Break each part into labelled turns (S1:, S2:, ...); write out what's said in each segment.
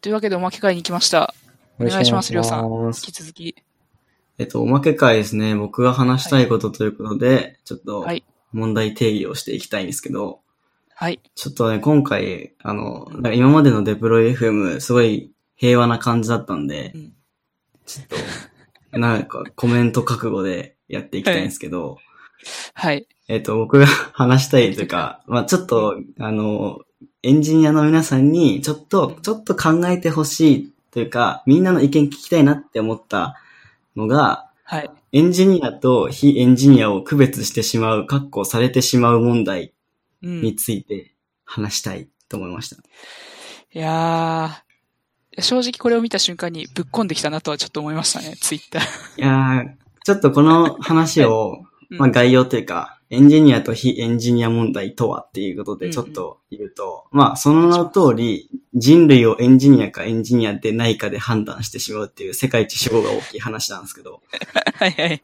S1: というわけで、おまけ会に来ました。お願いします、りょうさん。引き続き。
S2: えっと、おまけ会ですね。僕が話したいことということで、ちょっと
S1: はい
S2: 問題定義をしていきたいんですけど、
S1: はい。
S2: ちょっとね、今回、あの、なんか今までのデプロイ FM、すごい平和な感じだったんで、
S1: うん
S2: ちょっ と、なんかコメント覚悟でやっていきたいんですけど、
S1: はい。
S2: えっと、僕が話したいというか、まあちょっと、あの、エンジニアの皆さんに、ちょっと、ちょっと考えてほしいというか、みんなの意見聞きたいなって思ったのが、
S1: はい。
S2: エンジニアと非エンジニアを区別してしまう、確保されてしまう問題
S1: う
S2: に
S1: ん。
S2: ついて話したいと思いました。
S1: いやー、正直これを見た瞬間にぶっこんできたなとはちょっと思いましたね、ツイッター。
S2: いやー、ちょっとこの話を、
S1: うん
S2: まあ、概要というか、エンジニアと非エンジニア問題とはっていうこと
S1: うん
S2: で
S1: うん
S2: ちょっと言うと、まあその名の通り、人類をエンジニアかエンジニアでないかで判断してしまうっていう世界一死亡が大きい話なんですけど、
S1: はいはい。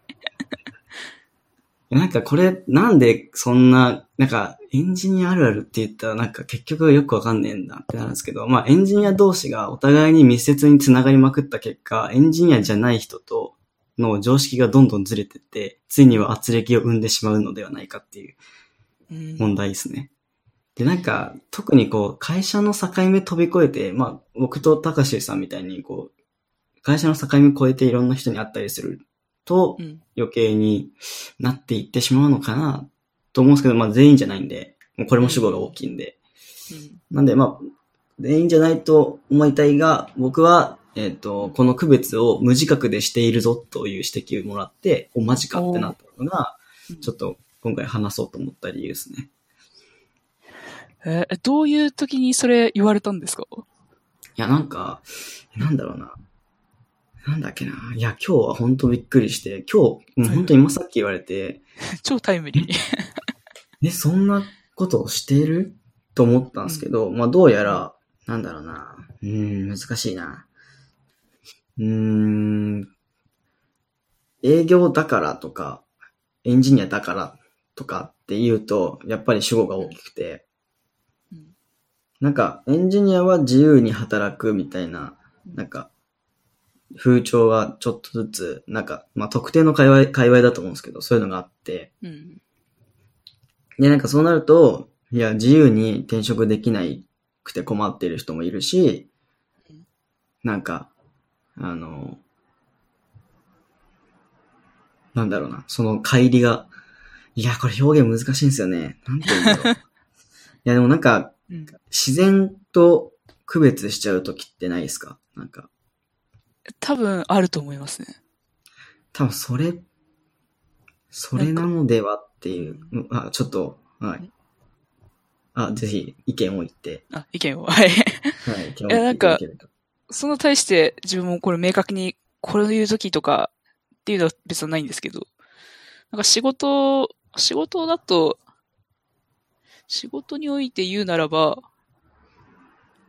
S2: なんかこれ、なんでそんな、なんかエンジニアあるあるって言ったらなんか結局よくわかんねえんだってなるんですけど、まあエンジニア同士がお互いに密接につながりまくった結果、エンジニアじゃない人との常識がどんどんずれてって、ついには圧力を生んでしまうのではないかっていう
S1: うん。
S2: 問題ですね。で、なんか、特にこう、会社の境目飛び越えて、まあ、僕と高橋さんみたいにこう、会社の境目越えていろんな人に会ったりすると、
S1: うん。
S2: 余計になっていってしまうのかなと思うんですけど、まあ全員じゃないんで、もうこれも主語が大きいんで。
S1: うん
S2: なんでまあ、全員じゃないと思いたいが、僕は、えっ、と、この区別を無自覚でしているぞという指摘をもらって、お、マジかってなったのが、ちょっと今回話そうと思った理由ですね。
S1: えーどういう時にそれ言われたんですか
S2: いや、なんか、なんだろうな。なんだっけな。いや、今日は本当びっくりして、今日、もう本当に今さっき言われて、
S1: 超タイムリ ー。
S2: ね、そんなことをしていると思ったんですけど、まあどうやら、なんだろうな。うーん、難しいな。うーん、営業だからとか、エンジニアだからとかって言うと、やっぱり主語が大きくて
S1: うん、
S2: なんか、エンジニアは自由に働くみたいな、なんか、風潮がちょっとずつ、なんか、まあ特定の界隈、界隈だと思うんですけど、そういうのがあって、
S1: うん。
S2: で、なんかそうなると、いや、自由に転職できないくて困ってる人もいるし
S1: うん、
S2: なんか、あの、なんだろうな、その乖離が、いや、これ表現難しいんですよね。なんて言うんだ ろう。いや、でもなんか、
S1: うん。
S2: 自然と区別しちゃうときってないですかなんか、
S1: 多分あると思いますね。
S2: 多分それ、それなのではっていう、うんあ、ちょっと、はい。あ、ぜひ意見を言って
S1: あ、意見を。はい。
S2: はい、
S1: いやなんかその対して自分もこれ明確にこういう時とかっていうのは別にないんですけど、なんか仕事、仕事だと、仕事において言うならば、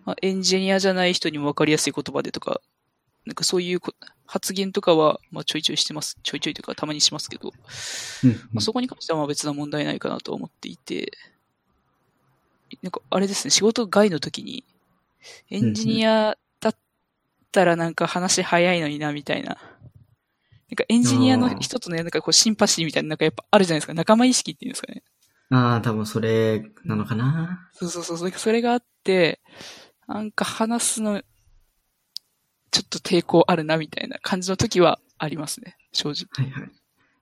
S1: まあ、エンジニアじゃない人にも分かりやすい言葉でとか、なんかそういうこ発言とかは、まあ、ちょいちょいしてます。ちょいちょいというかたまにしますけど、まあ、そこに関してはまあ別な問題ないかなとは思っていて、なんかあれですね、仕事外の時に、エンジニアだったらなんか話早いのにな、みたいな。なんかエンジニアの人とね、なんかこうシンパシーみたいな、なんかやっぱあるじゃないですか。仲間意識っていうんですかね。
S2: ああ、多分それなのかな。
S1: そうそうそうそう。なんかそれがあって、なんか話すの、ちょっと抵抗あるな、みたいな感じの時はありますね。正直。
S2: はいはい。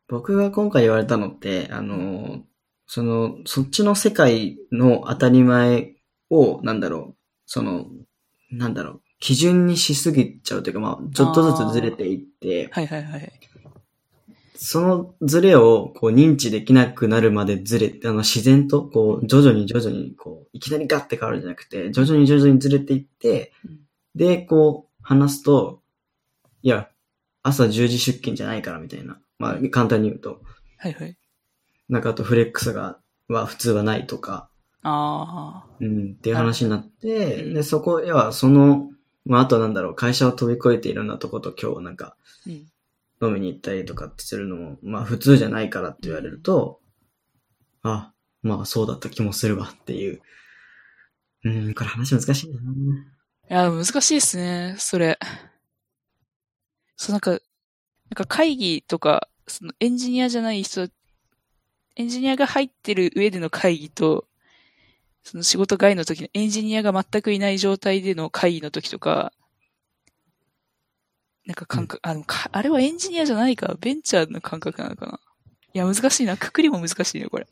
S2: 僕が今回言われたのって、あの、その、そっちの世界の当たり前を、なんだろう、その、なんだろう、基準にしすぎちゃうというか、まあ、ちょっとずつずれていって、
S1: はいはいはい。
S2: そのズレをこう認知できなくなるまでずれ、あの自然とこう徐々に徐々にこういきなりガッて変わるんじゃなくて、徐々に徐々にずれていって
S1: うん、
S2: で、こう話すと、いや、朝10時出勤じゃないからみたいな。まあ簡単に言うと。
S1: はいはい。
S2: なんかあとフレックスが、は普通はないとか、
S1: ああ。
S2: うん、っていう話になって、
S1: うん
S2: で、そこ、要はその、まああとなんだろう、会社を飛び越えていろんなとこと今日なんか
S1: うん。
S2: 飲みに行ったりとかってするのも、まあ普通じゃないからって言われると、あ、まあそうだった気もするわっていう。うん、これ話難しいんだな。
S1: いや、難しいですね、それ。そう、なんか、なんか会議とか、そのエンジニアじゃない人、エンジニアが入ってる上での会議と、その仕事外の時のエンジニアが全くいない状態での会議の時とか、なんか感覚、あのか、あれはエンジニアじゃないか、ベンチャーの感覚なのかな。いや、難しいな。くくりも難しいね、これ。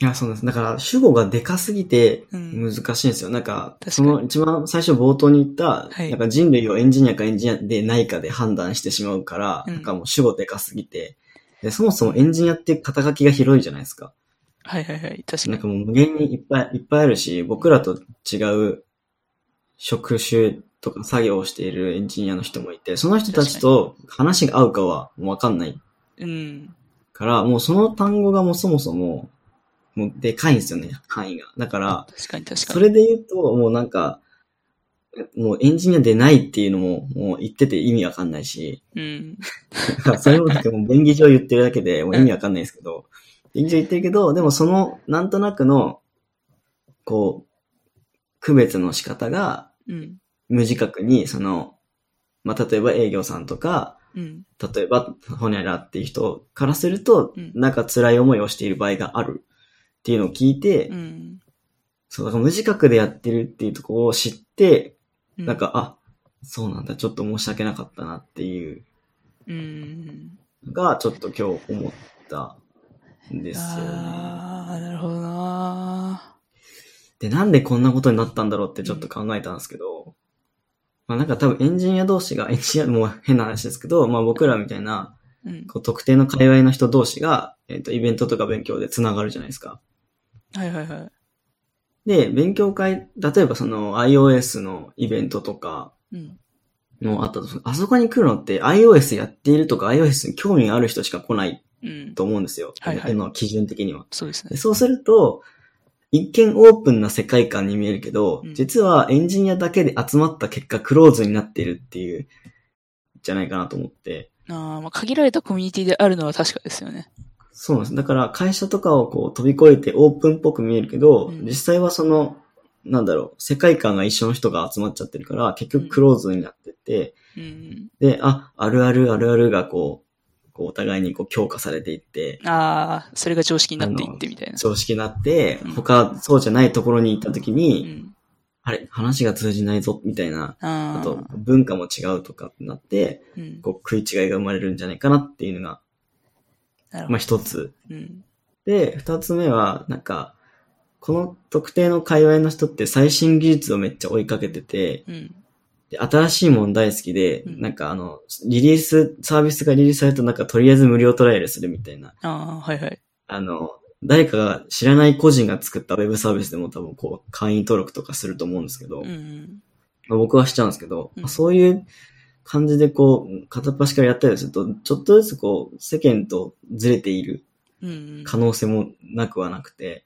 S2: いや、そうなんです。だから、主語がでかすぎて、
S1: うん
S2: 難しいんですよ。なんか、
S1: かに
S2: その一番最初冒頭に言った、
S1: はい
S2: なんか人類をエンジニアかエンジニアでないかで判断してしまうから、
S1: うん
S2: なんかもう主語でかすぎて、で、そもそもエンジニアって肩書きが広いじゃないですか。
S1: はいはいはい、確か
S2: なん
S1: に。
S2: かもう無限にいっぱいいっぱいあるし、僕らと違う職種とか作業をしているエンジニアの人もいて、その人たちと話が合うかはもうわかんない
S1: うん。
S2: から、もうその単語がもうそもそも、もうでかいんですよね、範囲が。だから、
S1: 確かに確か
S2: そ
S1: に。
S2: れで言うと、もうなんか、もうエンジニアでないっていうのも、もう言ってて意味わかんないし、
S1: うん。
S2: それもなんかもう便宜上言ってるだけで、もう意味わかんないですけど、便宜上言ってるけど、でもその、なんとなくの、こう、区別の仕方が、
S1: うん。
S2: 無自覚に、その、まあ、例えば営業さんとか、
S1: うん。
S2: 例えば、ホニャラっていう人からすると、
S1: うん
S2: なんか辛い思いをしている場合があるっていうのを聞いて、
S1: うん。
S2: そう、だから無自覚でやってるっていうところを知って、
S1: う
S2: なん、か、あ、そうなんだ、ちょっと申し訳なかったなっていう
S1: うん。
S2: のが、ちょっと今日思ったんですよね。
S1: ああ、なるほどな
S2: で、なんでこんなことになったんだろうってちょっと考えたんですけど、まあなんか多分エンジニア同士が、エンジニアも変な話ですけど、まあ僕らみたいな、
S1: うん。
S2: こう特定の界隈の人同士が、えっ、と、イベントとか勉強で繋がるじゃないですか。
S1: はいはいはい。
S2: で、勉強会、例えばその iOS のイベントとか、
S1: うん。
S2: のあったとするあそこに来るのって iOS やっているとか iOS に興味がある人しか来ない
S1: うん。
S2: と思うんですよ。
S1: はいはい
S2: 今の基準的には。
S1: そうです
S2: で
S1: ね。
S2: そうすると、一見オープンな世界観に見えるけど、
S1: うん
S2: 実はエンジニアだけで集まった結果クローズになっているっていう、じゃないかなと思って。
S1: ああ、まあ、限られたコミュニティであるのは確かですよね。
S2: そうなんです。だから会社とかをこう飛び越えてオープンっぽく見えるけど、
S1: うん
S2: 実際はその、なんだろう、世界観が一緒の人が集まっちゃってるから、結局クローズになってて、
S1: うん。
S2: で、あ、あるあるあるあるがこう、こうお互いにこう強化されていって、
S1: ああ、それが常識になっていってみたいな。
S2: 常識になって
S1: うん、
S2: 他そうじゃないところに行った時
S1: う
S2: に、
S1: ん。
S2: あれ、話が通じないぞ、みたいな、
S1: あ
S2: あ
S1: あ。
S2: と文化も違うとかってなって、
S1: うん。
S2: こう食い違いが生まれるんじゃないかなっていうのが、
S1: なるほ
S2: ま
S1: ど。
S2: あ一つ。
S1: うん。
S2: で、二つ目は、なんか、この特定の界隈の人って最新技術をめっちゃ追いかけてて、
S1: うん。
S2: で新しいもん大好きで、
S1: うん
S2: なんかあの、リリース、サービスがリリースされるとなんかとりあえず無料トライアルするみたいな
S1: ああ、はいはい。
S2: あの、誰かが知らない個人が作ったウェブサービスでも多分こう会員登録とかすると思うんですけど、
S1: うん。
S2: まあ僕はしちゃうんですけど、
S1: うん
S2: まあそういう感じでこう片っ端からやったりすると、ちょっとずつこう世間とずれている
S1: うん。
S2: 可能性もなくはなくて、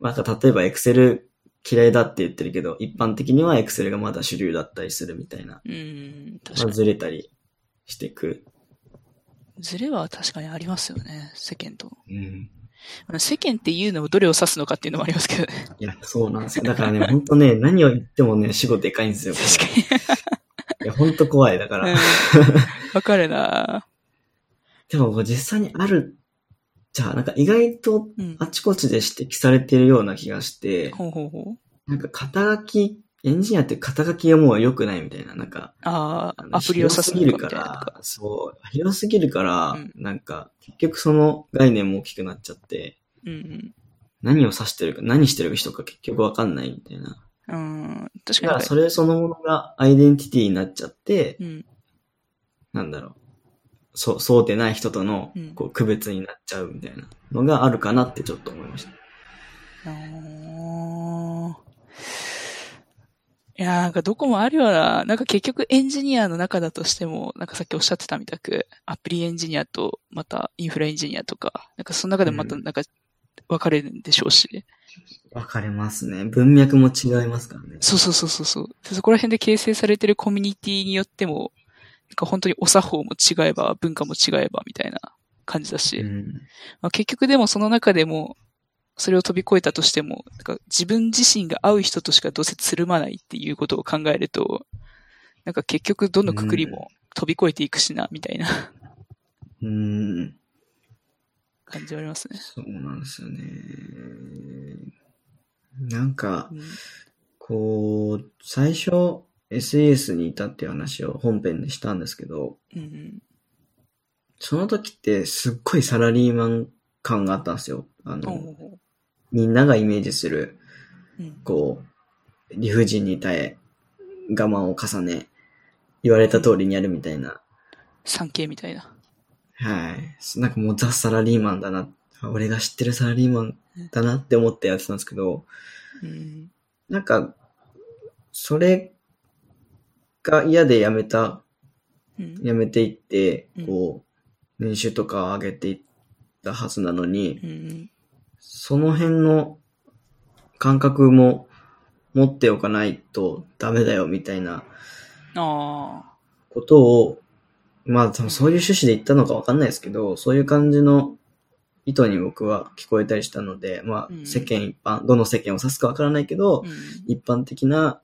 S2: まあなんか例えば Excel 嫌いだって言ってるけど、一般的には Excel がまだ主流だったりするみたいな、
S1: うん。確か
S2: まあ、
S1: に。
S2: ずれたりしてくる。
S1: ずれは確かにありますよね、世間と。
S2: うん
S1: 世間っていうのもどれを指すのかっていうのもありますけどね。
S2: いや、そうなんですよ。だからね、 本当ね、何を言ってもね、死後でかいんですよ。
S1: 確かに。
S2: いや、ほんと怖い。だから。
S1: うんわかるな
S2: でも、こう実際にある、じゃあ、なんか意外と
S1: うん。
S2: あちこちで指摘されてるような気がして、
S1: ほうほうほう。
S2: なんか肩書き、エンジニアって肩書きがもう良くないみたいな、なんか、
S1: あ
S2: あ
S1: あ、
S2: の
S1: アプリを指す
S2: 広すぎ
S1: の
S2: る
S1: かみ
S2: か
S1: たいなの
S2: ら
S1: か。、
S2: そう、広すぎるから、
S1: うん
S2: なんか、結局その概念も大きくなっちゃって、
S1: うん
S2: 何を指してるか、何してる人か結局わかんないみたいな。
S1: うん。うん。確
S2: だか
S1: からに。
S2: それそのものがアイデンティティになっちゃって、
S1: うん。
S2: なんだろう、そう、そうでない人との
S1: うん、
S2: こう、区別になっちゃうみたいなのがあるかなってちょっと思いました。
S1: あーいやー、なんかどこもあるよな。なんか結局エンジニアの中だとしても、なんかさっきおっしゃってたみたく、アプリエンジニアと、またインフラエンジニアとか、なんかその中でもまた
S2: うん
S1: なんか分かれるんでしょうし。
S2: 分かれますね。文脈も違いますからね。
S1: そうそうそうそうそう。でそこら辺で形成されてるコミュニティによっても、なんか本当にお作法も違えば、文化も違えば、みたいな感じだし。
S2: うん。
S1: まあ、結局でもその中でも、それを飛び越えたとしても、なんか自分自身が会う人としかどうせつるまないっていうことを考えると、なんか結局どのくくりも飛び越えていくしな、み たいな
S2: うん。
S1: 感じはありますね。
S2: そうなんですよね。なんか、
S1: うん
S2: こう、最初、SES にいたっていう話を本編でしたんですけど、
S1: うん
S2: その時ってすっごいサラリーマン感があったんですよ。あ
S1: うん。
S2: の、
S1: お
S2: みんながイメージする、
S1: ーうん
S2: こう、理不尽に耐え、我慢を重ね、言われた通りにやるみたいな。
S1: 産経みたいな。
S2: はい。なんかもうザ・サラリーマンだな。あ俺が知ってるサラリーマンだなって思ってやってたんですけど、
S1: うん。
S2: なんか、それが嫌で辞めた、
S1: うん。
S2: 辞めていって
S1: うん、
S2: こう、年収とかを上げていったはずなのに
S1: う、ん。
S2: その辺の感覚も持っておかないとダメだよみたいな
S1: あ
S2: ことを、まあ多分そういう趣旨で言ったのかわかんないですけど、そういう感じの意図に僕は聞こえたりしたので、まあ
S1: うん
S2: 世間一般、どの世間を指すかわからないけど
S1: あ。、うん。
S2: 一般的な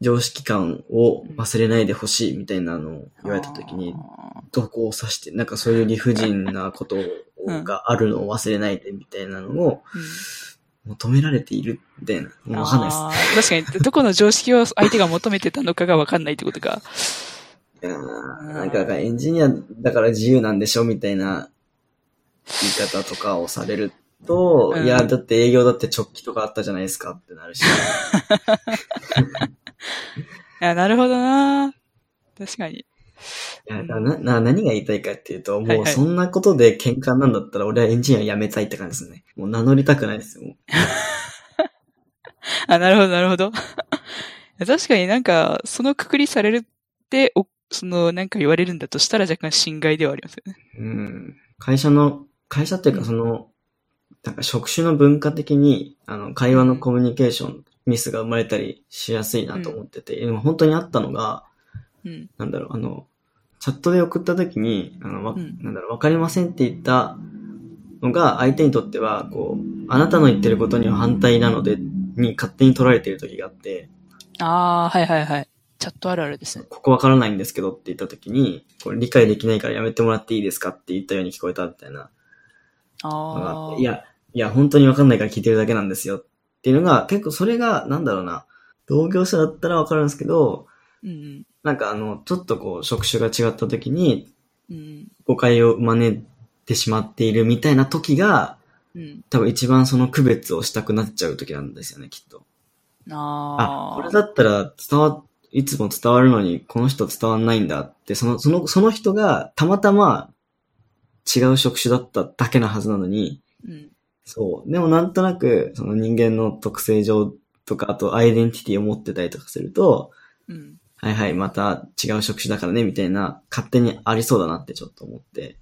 S2: 常識感を忘れないでほしいみたいなのを言われた時に、
S1: あ
S2: どこを指して、なんかそういう理不尽なこと
S1: うん
S2: があるのを忘れないでみたいなの
S1: ー。う
S2: を
S1: ん
S2: 求められているみたいな。もうわかんない
S1: あー確かに、どこの常識を相手が求めてたのかが分かんないってことか。
S2: です。いやーなんかエンジニアだから自由なんでしょみたいな言い方とかをされると、
S1: うん
S2: いや、だって営業だって直帰とかあったじゃないですかってなるし。
S1: あなるほどな確かに。
S2: いやだからなな何が言いたいかっていうと、
S1: はい
S2: も
S1: は
S2: う
S1: い
S2: そんなことで喧嘩なんだったら俺はエンジニア辞めたいって感じですね。もう名乗りたくないですよ。も
S1: あ、なるほど、なるほど。確かになんか、そのくくりされるって、おその、なんか言われるんだとしたら若干侵害ではありますよね。
S2: ううん、会社の、会社っていうかその、なんか職種の文化的に、あの、会話のコミュニケーション、ミスが生まれたりしやすいなと思ってて、でも本当にあったのが、
S1: うん。
S2: なんだろう、あの、チャットで送った時に、あの、わ
S1: うん
S2: なんだろう、わかりませんって言ったのが、相手にとっては、こう、あなたの言ってることには反対なので、に勝手に取られてる時があって、
S1: ああ、はいはいはい。チャットあるあるですね。
S2: ここわからないんですけどって言った時に、これ理解できないからやめてもらっていいですかって言ったように聞こえたみたいなのがあ
S1: あ
S2: っ
S1: あ。
S2: て、い。や、いや、本当にわかんないから聞いてるだけなんですよっていうのが、結構それが、なんだろうな、同業者だったらわかるんですけど、
S1: うんうん。
S2: なんかあの、ちょっとこう、職種が違った時に
S1: うん。
S2: 誤解を招いてしまっているみたいな時が、
S1: うん。
S2: 多分一番その区別をしたくなっちゃう時なんですよね、きっと。
S1: あ
S2: あ
S1: あ。、
S2: これだったら伝わ、いつも伝わるのにこの人伝わんないんだって、その、その、その人がたまたま違う職種だっただけなはずなのに、
S1: うん。
S2: そう。でもなんとなく、その人間の特性上とか、あとアイデンティティを持ってたりとかすると、
S1: うん。
S2: はいはい、また違う職種だからね、みたいな、勝手にありそうだなってちょっと思って、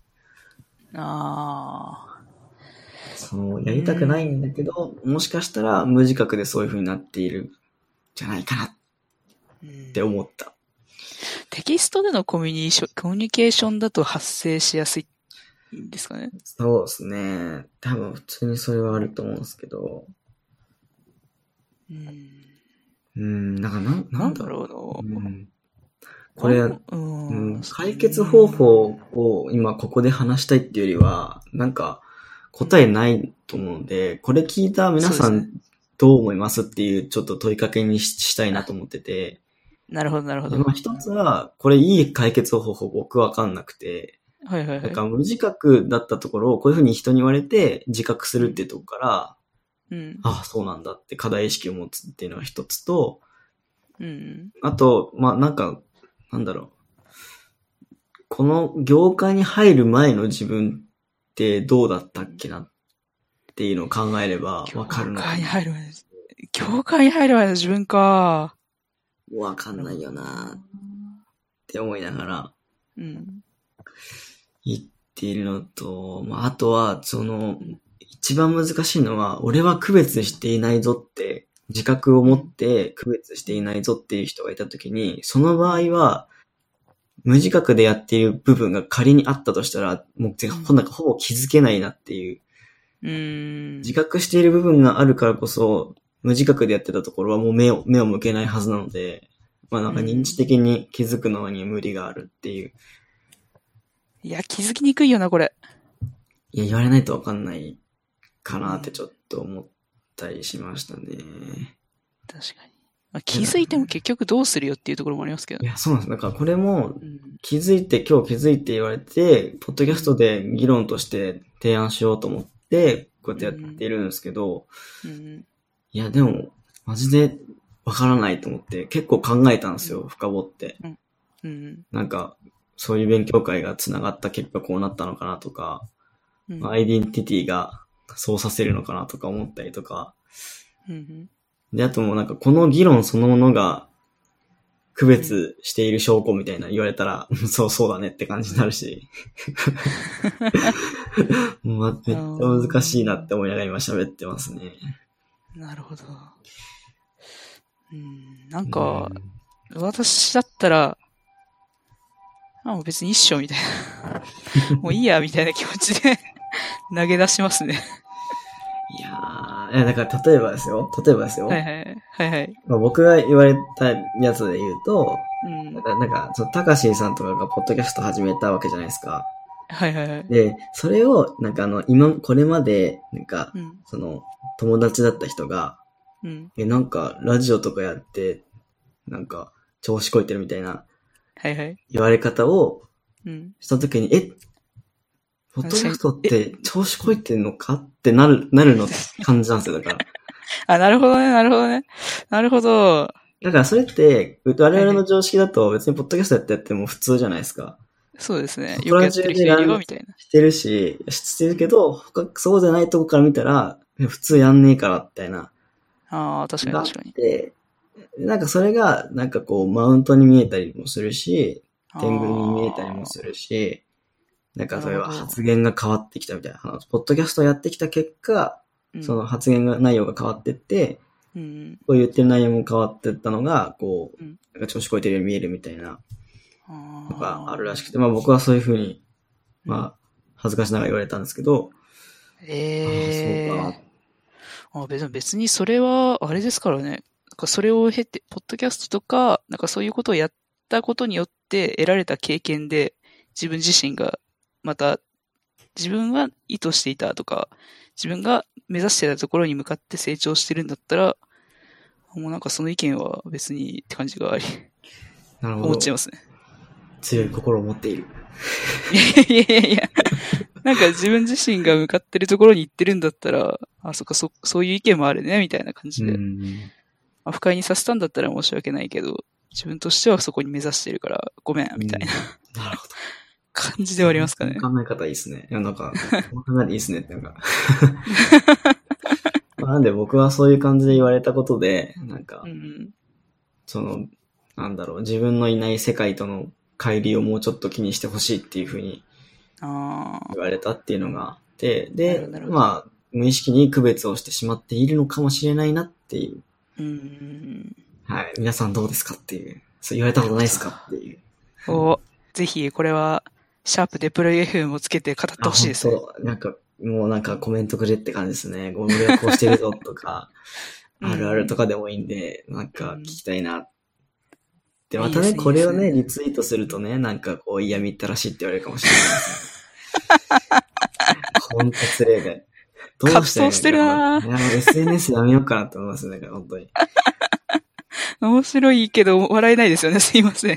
S1: ああ。
S2: そう、やりたくないんだけど、もしかしたら無自覚でそういう風になっているんじゃないかなっ
S1: うん
S2: て思った。
S1: テキストでのコミュニショコミュニケーションだと発生しやすいんですかね。
S2: そうですね。多分普通にそれはあると思うんですけど。
S1: うん。
S2: うん、なんかなん、
S1: なんだろう
S2: う
S1: な。
S2: ん、これ、
S1: ん
S2: うん、解決方法を今ここで話したいっていうよりは、なんか答えないと思うので、これ聞いた皆さ
S1: そうです
S2: んどう思いますっていうちょっと問いかけにししたいなと思ってて、
S1: なるほど、なるほ
S2: で
S1: ど。
S2: まあ一つは、これいい解決方法僕わかんなくて、
S1: はいはいは
S2: なん
S1: い。
S2: か無自覚だったところをこういうふうに人に言われて自覚するっていうところから、
S1: うん。
S2: ああ、そうなんだって課題意識を持つっていうのが一つと、
S1: うん。
S2: あと、まあ、なんか、なんだろう。この業界に入る前の自分ってどうだったっけなっていうのを考えればわかるの
S1: 業
S2: か
S1: 界に入る前です。業界に入る前の自分か。
S2: な。わかんないよなって思いながら
S1: うん。
S2: 言っているのと、まあ、あとは、その、一番難しいのは、俺は区別していないぞって、自覚を持って区別していないぞっていう人がいたときに、その場合は、無自覚でやっている部分が仮にあったとしたら、もうぜ
S1: うん
S2: ほなんかほぼ気づけないなっていう
S1: ううーん。
S2: 自覚している部分があるからこそ、無自覚でやってたところはもう目を、目を向けないはずなので、まあなんか認知的に気づくのに無理があるっていう。
S1: いや、気づきにくいよな、これ。
S2: いや、言われないとわかんないかなってちょっと思ったりしましたね。
S1: 確かに。まあ、気づいても結局どうするよっていうところもありますけど
S2: い。や、そうなんです。だからこれも
S1: うん。
S2: 気づいて、今日気づいて言われて、ポッドキャストで議論として提案しようと思って、こうやってやってるんですけど、
S1: うん。
S2: いや、でも、マジでわからないと思って、結構考えたんですよ、深掘って。
S1: うん。
S2: なんか、そういう勉強会が繋がった結果こうなったのかなとか、
S1: うん。
S2: アイデンティティがそうさせるのかなとか思ったりとか。
S1: うん。
S2: で、あともうなんかこの議論そのものが区別している証拠みたいな言われたら、 そうそうだねって感じになるし。 もうめっちゃ難しいなって思いながら今喋ってますね。
S1: なるほど。うん。なんか、私だったら、あ、もう別に一緒みたい な。もういいや、みたいな気持ちで投げ出します ね。
S2: いやー、いやだから例えばですよ、例えばですよ。
S1: はいはい。はいはい。
S2: まあ、僕が言われたやつで言うと、
S1: うん。
S2: なん
S1: はい
S2: か、なんかその、たかしさんとかがポッドキャスト始めたわけじゃないですか。
S1: はいはい。
S2: で、それを、なんかあの、今、これまで、なんか
S1: う、ん。
S2: その、友達だった人が、
S1: うん。
S2: え、なんか、ラジオとかやって、なんか、調子こいてるみたいな
S1: はいはい。
S2: 言われ方を
S1: うん。
S2: したときに、え、ポッドキャストって調子こいてんのかってなる、なるの感じなんですよ、だから。
S1: あ、なるほどね、なるほどね。なるほど。
S2: だからそれって、我々の常識だと別にポッドキャストやってやっても普通じゃないですか。
S1: そうですね。よ
S2: そこ
S1: く
S2: ら
S1: やって
S2: 中
S1: る
S2: で
S1: 人いるよ、みたいな。
S2: してるし、してるけど、他そうじゃないとこから見たら、え普通やんねえから、みたいな。
S1: ああ、確かに
S2: があっ
S1: 確かに。
S2: て、なんかそれが、なんかこう、マウントに見えたりもするし、天狗に見えたりもするし、なんかそれは
S1: なるほど
S2: 発言が変わってきたみたいな話。ポッドキャストやってきた結果、
S1: る
S2: その発言が、内容が変わってって、
S1: うん。
S2: こう言ってる内容も変わってったのが、こう
S1: うん、
S2: なんか調子こいてるように見えるみたいな
S1: あ
S2: のがあるらしく
S1: て。
S2: て、まあ僕はそういうふうに、まあ、恥ずかしながら言われたんですけど、
S1: ええ
S2: ああそうか
S1: あ別に、別にそれは、あれですからね。なんかそれを経て、ポッドキャストとか、なんかそういうことをやったことによって得られた経験で、自分自身が、また、自分が意図していたとか、自分が目指してたところに向かって成長してるんだったら、もうなんかその意見は別にって感じがあり、
S2: なるほど。
S1: 思っちゃいますね。
S2: 強い心を持っている。
S1: いやいやいやいや。なんか自分自身が向かってるところに行ってるんだったら、あ、そっか、そ、そういう意見もあるね、みたいな感じで。まあ、不快にさせたんだったら申し訳ないけど、自分としてはそこに目指してるから、ごめん、みたいな
S2: な。なるほど。
S1: 感じではありますかね。
S2: 考え方いいですね。いや、なん か、この考えでいいですねって、なんか。 まあなんで僕はそういう感じで言われたことで、なんか
S1: う、ん。
S2: その、なんだろう、自分のいない世界との乖離をもうちょっと気にしてほしいっていうふうに
S1: ああ。
S2: 言われたっていうのがあっ
S1: な
S2: て、
S1: る
S2: で
S1: ほどなる、ほど
S2: まあ、無意識に区別をしてしまっているのかもしれないなっていう。
S1: うん。
S2: はい。皆さんどうですかっていう。そう言われたことないですかっていう。
S1: お、ぜひ、これは、シャープデプロイ FM をつけて語ってほしいです
S2: あ
S1: ね。
S2: 本当なんか、もうなんかコメントくれって感じですね。俺はこうしてるぞとか、
S1: うん
S2: あるあるとかでもいいんで、なんか聞きたいな。で、
S1: うん
S2: また
S1: いい
S2: ね、
S1: ですね
S2: これを
S1: い
S2: ね、
S1: い
S2: リツイートするとね、なんかこう嫌みったらしいって言われるかもしれないですね。 ほんと失礼で。どうしたらい
S1: 葛
S2: いの
S1: 藤してるない
S2: や、もう SNS やめようかなと思いますね、だから本当に。
S1: 面白いけど、笑えないですよね。すいませ ん。
S2: い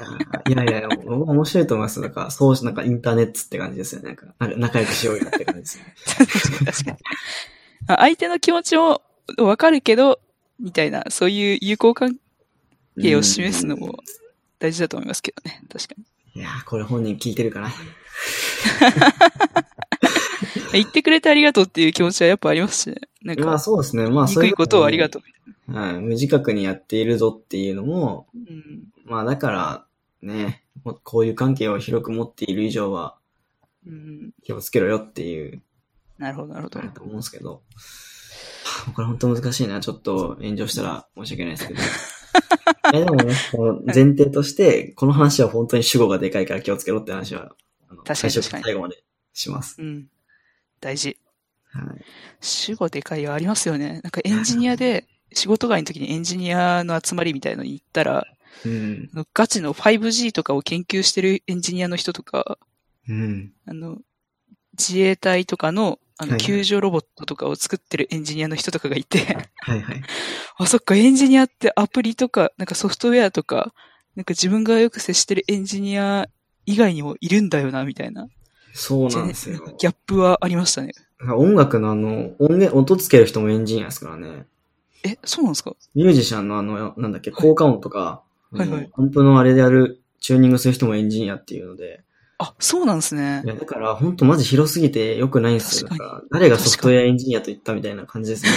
S2: やいやいや、僕は面白いと思います。だから、そうし、なんかインターネットって感じですよね。なんか、なんか仲良くしようよって感じですね。
S1: 確かに。あ相手の気持ちもわかるけど、みたいな、そういう友好関係を示すの
S2: うん
S1: も大事だと思いますけどね。確かに。
S2: いやー、これ本人聞いてるかな。
S1: 言ってくれてありがとうっていう気持ちはやっぱありますしね。なん
S2: まあ
S1: か、
S2: そうですね。まあそう
S1: 憎いことをありがとう。
S2: う。はい。無自覚にやっているぞっていうのも、
S1: うん。
S2: まあだから、ね、もうこういう関係を広く持っている以上は
S1: うん。
S2: 気をつけろよっていう、
S1: なるほど、なるほど
S2: あれ。だと思うんですけど。はあこれ本当難しいな。ちょっと炎上したら申し訳ないです けど。えでもね、この前提として、この話は本当に主語がでかいから気をつけろって話は、あ
S1: 確
S2: の
S1: かに
S2: 最初
S1: 確かに
S2: 最後までします。
S1: うん。大事。
S2: はい。
S1: 主語でかいよ、ありますよね。なんかエンジニア で、仕事外の時にエンジニアの集まりみたいのに行ったら、
S2: うん。
S1: あのガチの 5G とかを研究してるエンジニアの人とか、
S2: うん。
S1: あの、自衛隊とかの、あ
S2: はい
S1: の、
S2: はい
S1: 救助ロボットとかを作ってるエンジニアの人とかがいて、
S2: はいはい。
S1: あ、そっか、エンジニアってアプリとか、なんかソフトウェアとか、なんか自分がよく接してるエンジニア以外にもいるんだよな、みたいな。
S2: そうなんですよ
S1: ジェ。ネギャップはありましたね。
S2: 音楽のあの、音源、音つける人もエンジニアですからね。
S1: え、そうなんですか
S2: ミュージシャンのあの、なんだっけ、効果音とか、
S1: はいはい
S2: あのアンプのあれでやる、チューニングする人もエンジニアっていうので。
S1: あ、そうなんですね
S2: い。や、だから、ほんとマジ広すぎて良くないんですよ。
S1: 確か
S2: なんか誰がソフトウェアエンジニアと言ったみたいな感じですね。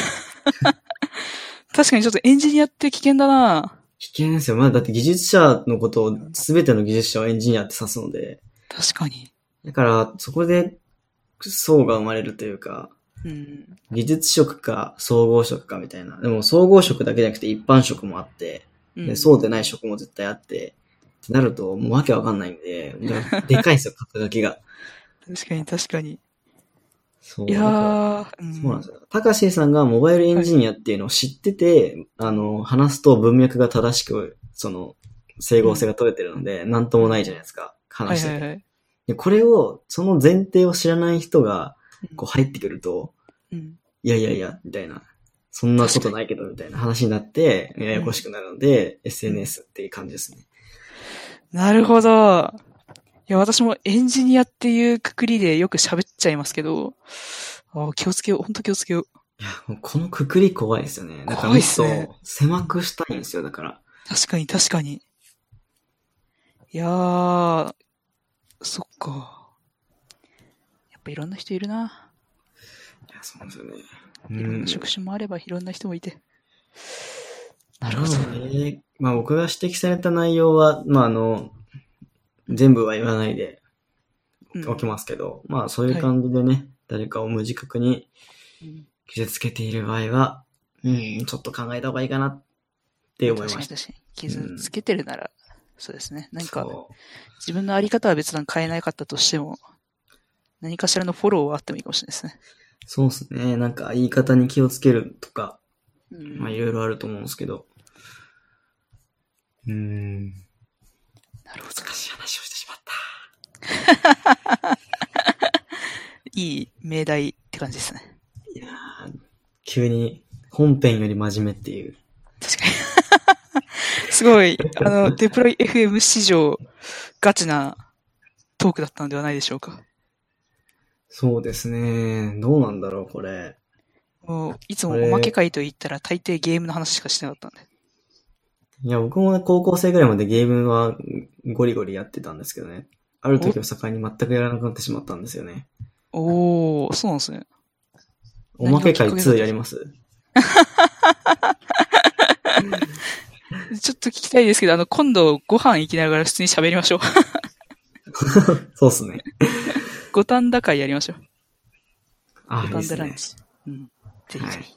S1: 確かにちょっとエンジニアって危険だな
S2: 危険ですよ。まあ、だって技術者のことを、すべての技術者をエンジニアって指すので。
S1: 確かに。
S2: だから、そこで、層が生まれるというか、
S1: うん。
S2: 技術職か総合職かみたいな。でも総合職だけじゃなくて一般職もあって、
S1: う
S2: で
S1: ん、
S2: そうでない職も絶対あって、ってなると、もうわけわかんないんで、でかいですよ、肩 書きが。
S1: 確かに確かに。
S2: そう。
S1: いや
S2: だから
S1: ー、うん
S2: そうなんですよ。たかしさんがモバイルエンジニアっていうのを知ってて、あの、話すと文脈が正しく、その、整合性が取れてるので、なんともないじゃないですか。
S1: は
S2: 話
S1: い
S2: してて。
S1: はいはい。
S2: でこれを、その前提を知らない人が、こう入ってくると、
S1: うん。
S2: いやいやいや、みたいな。そんなことないけど、みたいな話になって、ややこしくなるので、SNS っていう感じですね。
S1: なるほど。いや、私もエンジニアっていうくくりでよく喋っちゃいますけど、あー気をつけよう、本当気をつけよう。
S2: いや、もう このくくり怖いですよね。だから
S1: 怖
S2: も
S1: い
S2: っ
S1: っすね
S2: と狭くしたいんですよ、だから。
S1: 確かに確かに。いやー、そっか。やっぱいろんな人いるな。
S2: いや、そうなんですよね。
S1: いろんな職種もあればいろんな人もいて。なるほど。
S2: ど、ね。まあ僕が指摘された内容は、まああの、全部は言わないで
S1: うん
S2: おきますけど、まあそういう感じでね、誰かを無自覚に
S1: うん
S2: 傷つけている場合は、うん、ちょっと考えた方がいいかなって思いま
S1: 確かに
S2: した。
S1: 確かに。傷つけてるなら、そうですね。何か、
S2: そう
S1: 自分のあり方は別段変えなかったとしても、何かしらのフォローはあってもいいかもしれないですね。
S2: そうですね。なんか言い方に気をつけるとか、
S1: うん
S2: まあいろいろあると思うんですけど。うーん。
S1: なるほど。
S2: 難しい話をしてしまった。
S1: いい命題って感じですね。
S2: いやー急に本編より真面目っていう。
S1: 確かに。すごい、あ の、デプロイ FM 史上ガチなトークだったのではないでしょうか。
S2: そうですね。どうなんだろう、これ。
S1: もう、いつもおまけ会と言ったら大抵ゲームの話しかしてなかったんで。
S2: いや、僕も高校生ぐらいまでゲームはゴリゴリやってたんですけどね。ある時を境に全くやらなくなってしまったんですよね。
S1: おー、そうなんですね。
S2: おま
S1: 何がきっ
S2: け会
S1: かけだった
S2: 2やります
S1: ちょっと聞きたいですけど、あの、今度ご飯行きながら普通に喋りましょう。
S2: そうっすね。
S1: 五反田会やりましょう。
S2: あ、い
S1: 五
S2: いっ
S1: 反田
S2: す
S1: ラ
S2: ね
S1: ン。チ。うん。ぜひ
S2: は
S1: ぜ
S2: い
S1: ひ。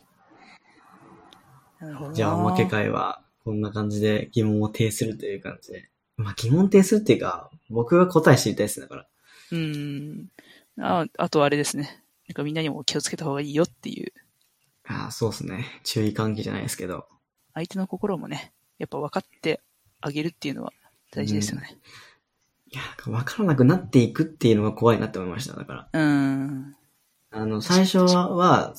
S1: なるほどな
S2: じゃあ、おまけ。会は、こんな感じで疑問を呈するという感じで。まあ、疑問呈するっていうか、僕が答え知りたいですね、だから。
S1: うん。あ、あとあれですね。なんかみんなにも気をつけた方がいいよっていう、
S2: ああ、そうですね。注意喚起じゃないですけど。
S1: 相手の心もね、やっぱ分かってあげるっていうのは大事ですよね。
S2: いや、わからなくなっていくっていうのが怖いなって思いました、だから。
S1: うん。
S2: あの、最初は、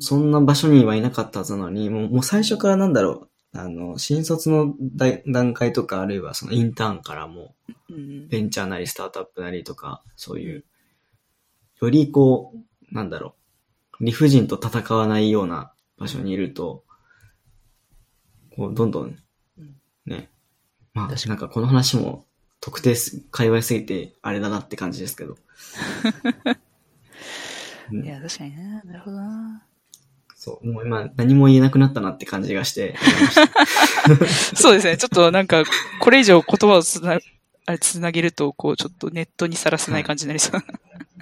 S2: そんな場所にはいなかったはずなのに、もうもう最初からなんだろう。あの、新卒の段段階とか、あるいはそのインターンからも、
S1: うん。
S2: ベンチャーなりスタートアップなりとか、そういう、よりこう、なんだろう、理不尽と戦わないような場所にいると、こう、どんどん
S1: うん、
S2: ね、ま
S1: 確
S2: あ、なんかこの話も特定す、界隈すぎてあれだなって感じですけど。うん
S1: いや、確かにね。なるほどな。
S2: そう、もう今何も言えなくなったなって感じがして、
S1: そうですね。ちょっとなんか、これ以上言葉をつな、あれ、つなげると、こう、ちょっとネットにさらせない感じになり そう。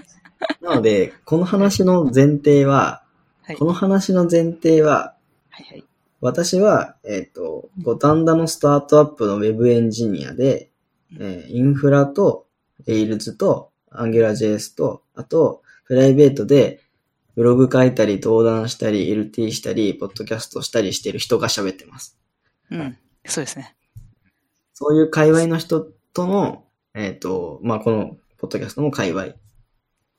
S2: なので、この話の前提は、
S1: はい。
S2: こ
S1: は
S2: の話の前提は、
S1: いはい。
S2: 私は、えっ、と、五反田のスタートアップのウェブエンジニアで、えーインフラと、エイルズと、アンギュラ JS と、あと、プライベートで、ブログ書いたり、登壇したり、LT したり、ポッドキャストしたりしてる人が喋ってます。
S1: うん。そうですね。
S2: そういう界隈の人との、えっ、と、まあ、この、ポッドキャストの界隈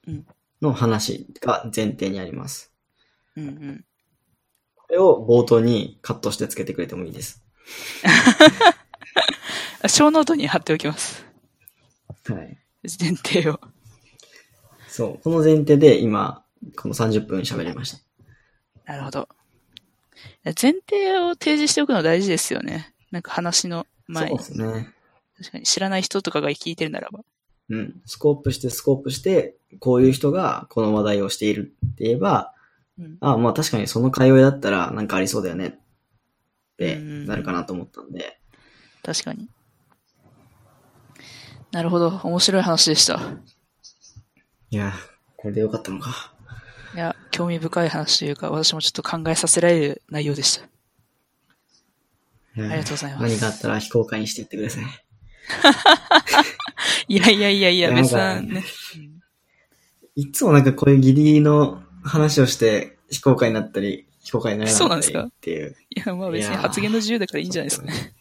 S1: うん
S2: の話が前提にあります。
S1: うんうん。
S2: これを冒頭にカットしてつけてくれてもいいです。
S1: あ小ノートに貼っておきます。
S2: はい。
S1: 前提を。
S2: そう。この前提で今、この30分喋りました。
S1: なるほど。前提を提示しておくの大事ですよね。なんか話の前
S2: そう
S1: に
S2: で。すね。
S1: 確かに知らない人とかが聞いてるならば。
S2: うん。スコープして、スコープして、こういう人がこの話題をしているって言えば、
S1: うん
S2: あまあ確かにその界隈だったらなんかありそうだよねって
S1: うん
S2: なるかなと思ったんで、
S1: 確かに。なるほど。面白い話でした。
S2: いや、これでよかったのか。
S1: いや、興味深い話というか、私もちょっと考えさせられる内容でした。
S2: あり
S1: ありがとうございます
S2: 何かあったら非公開にしていってください。
S1: いやいやいやいや、
S2: いや
S1: 別
S2: な
S1: さ
S2: ん
S1: ん
S2: か
S1: ね。
S2: いつもなんかこういうギリギリの話をして非公開になったり、非公開にならなかったりっていう。
S1: いや、まあ別
S2: い
S1: に
S2: やー
S1: 発言の自由だからいいんじゃないですかね。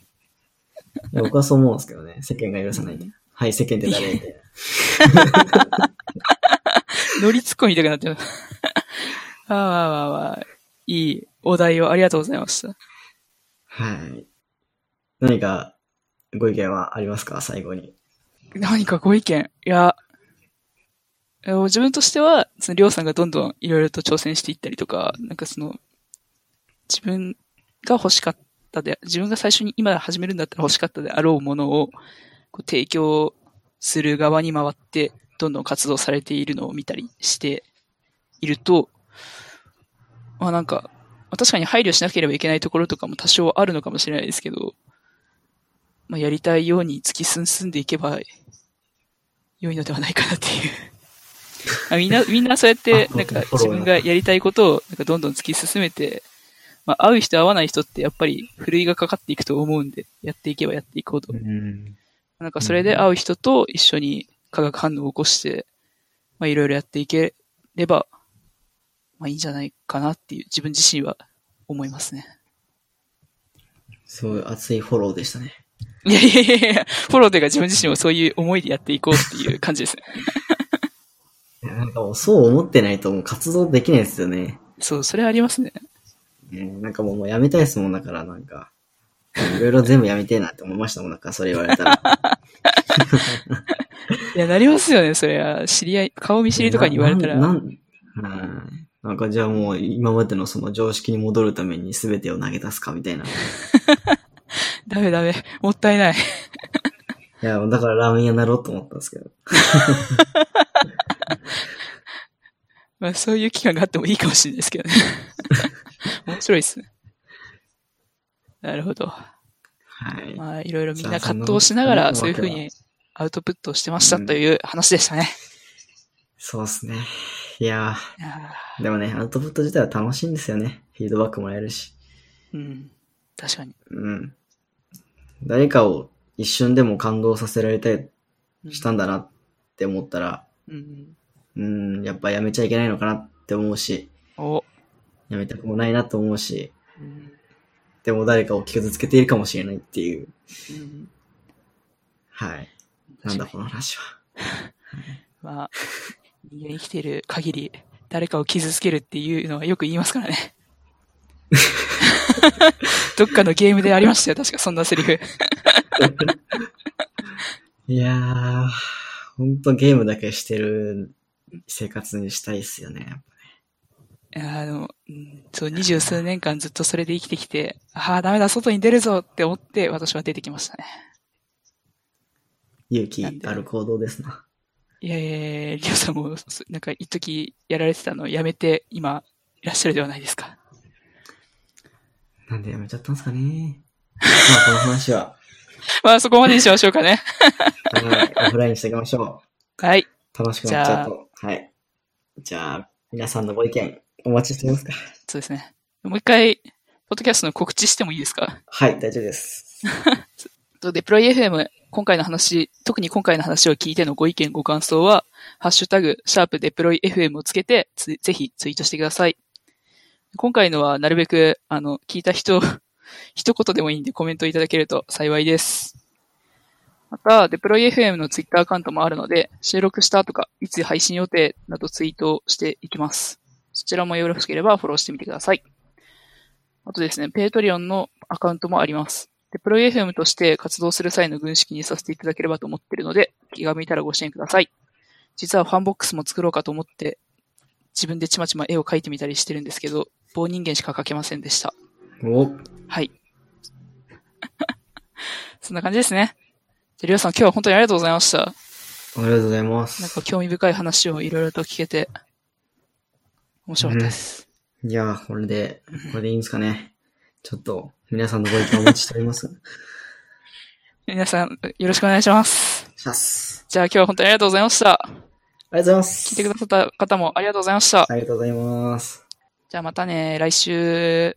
S2: いや僕はそう思うんですけどね。世間が許さないで。はい、世間って誰みたいな。
S1: ノリツッコミたくなってます。 ああまあまあまあ、いいお題をありがとうございました。
S2: はい。何かご意見はありますか最後に。
S1: 何かご意見いや、えー自分としては、その、りょうさんがどんどんいろいろと挑戦していったりとか、なんかその、自分が欲しかったで、自分が最初に今始めるんだったら欲しかったであろうものを、こう提供する側に回って、どんどん活動されているのを見たりしていると、まあなんか、まあ確かに配慮しなければいけないところとかも多少あるのかもしれないですけど、まあやりたいように突き進んでいけば良いのではないかなって いう。あみんな、みんなそうやって、
S2: あ
S1: なんか
S2: フォロー
S1: 自
S2: な
S1: 分がやりたいことをなんかどんどん突き進めて、まあ、合う人合わない人ってやっぱり、ふるいがかかっていくと思うんで、やっていけばやっていこうと
S2: うん。
S1: なんかそれで会う人と一緒に化学反応を起こして、まあいろいろやっていければ、まあいいんじゃないかなっていう自分自身は思いますね。
S2: すごい熱いフォローでしたね。
S1: いやいやいやいや、フォローというか自分自身もそういう思いでやっていこうっていう感じですね。
S2: いやなんかもうそう思ってないともう活動できないですよね。
S1: そう、それありますね。
S2: うんなんかもうもうやめたいですもんだからなんか。いろいろ全部やめてえなって思いましたもん、なんかそれ言わ れたら。
S1: いや、なりますよね、それは。知り合い、顔見知りとかに言われたら。
S2: ななんなんなんかじゃあもう今までのその常識に戻るために全てを投げ出すかみたいな。い
S1: ダメダメ、もったいない。
S2: や、だからラーメン屋になろうと思ったんですけど。
S1: まあそういう期間があってもいいかもしれないですけど ね。面白いですね。なるほど。
S2: はい。
S1: まあ、いろいろみん
S2: じゃあ
S1: な葛藤しながら、
S2: そ
S1: そ
S2: ん
S1: うい
S2: な
S1: う
S2: こと
S1: ふう
S2: ないわけだ
S1: にアウトプットをしてましたという話でしたね。
S2: そうですね。いや
S1: いや
S2: ーでもね、アウトプット自体は楽しいんですよね。フィードバックもらえるし。
S1: ーうん。確かに。
S2: うん。誰かを一瞬でも感動させられたり
S1: うん
S2: したんだなって思ったら、
S1: うん。
S2: うん、やっぱやめちゃいけないのかなって思うし、
S1: お。
S2: やめたくもないなと思うし、
S1: うん。
S2: でも誰かを傷つけているかもしれないっていう。
S1: うん
S2: はい。なんだこの話は。
S1: まあ、人間生きている限り、誰かを傷つけるっていうのはよく言いますから ね。どっかのゲームでありましたよ、確か、そんなセリフ。
S2: いやー、ほんとゲームだけしてる生活にしたいっすよね。
S1: いやあの、うんそう、二十数年間ずっとそれで生きてきて、ああ、ダメだ、外に出るぞって思って、私は出てきましたね。
S2: 勇気ある行動ですな。
S1: いやいやいや、りょうさんも、そなんか、一時やられてたのをやめて、今、いらっしゃるではないですか。
S2: なんでやめちゃったんすかね。まあこの話は、
S1: まあ、そこまでにしましょうかね。
S2: はい、オフラインにしていきましょ
S1: はい。
S2: う。楽しくなっちゃうと。はい。じゃあ、皆さんのご意見、お待ちしてますか。
S1: そうですね。もう一回、ポッドキャストの告知してもいいですか
S2: はい、大丈夫です。
S1: とデプロイ FM、今回の話、特に今回の話を聞いてのご意見、ご感想は、ハッシュタグ、シャープデプロイ FM をつけて、つぜひツイートしてください。今回のはなるべく、あの、聞いた人、 一言でもいいんでコメントいただけると幸いです。また、デプロイ FM のツイッターアカウントもあるので、収録したとか、いつ配信予定などツイートをしていきます。そちらもよろしければフォローしてみてください。あとですね、ペイトリオンのアカウントもあります。デプロイ FM として活動する際の軍資金にさせていただければと思っているので、気が向いたらご支援ください。実はファンボックスも作ろうかと思って、自分でちまちま絵を描いてみたりしてるんですけど、棒人間しか描けませんでした。
S2: お、
S1: はい。 そんな感じですね。じゃあ、りょうさん、今日は本当にありがとうございました。
S2: ありがとうございま
S1: なん
S2: す
S1: か。興味深い話をいろいろと聞けて、面白かったです。
S2: いやー、これで、これでいいんですかね。ちょっと、皆さんのご意見お待ちしており ます。
S1: 皆さん、よろしくお願いします。
S2: します。
S1: じゃあ、今日は本当にありがとうございました。
S2: ありがとうございます。
S1: 聞いてくださった方もありがとうございました。
S2: ありがとうございます。
S1: じゃあ、またね、来週。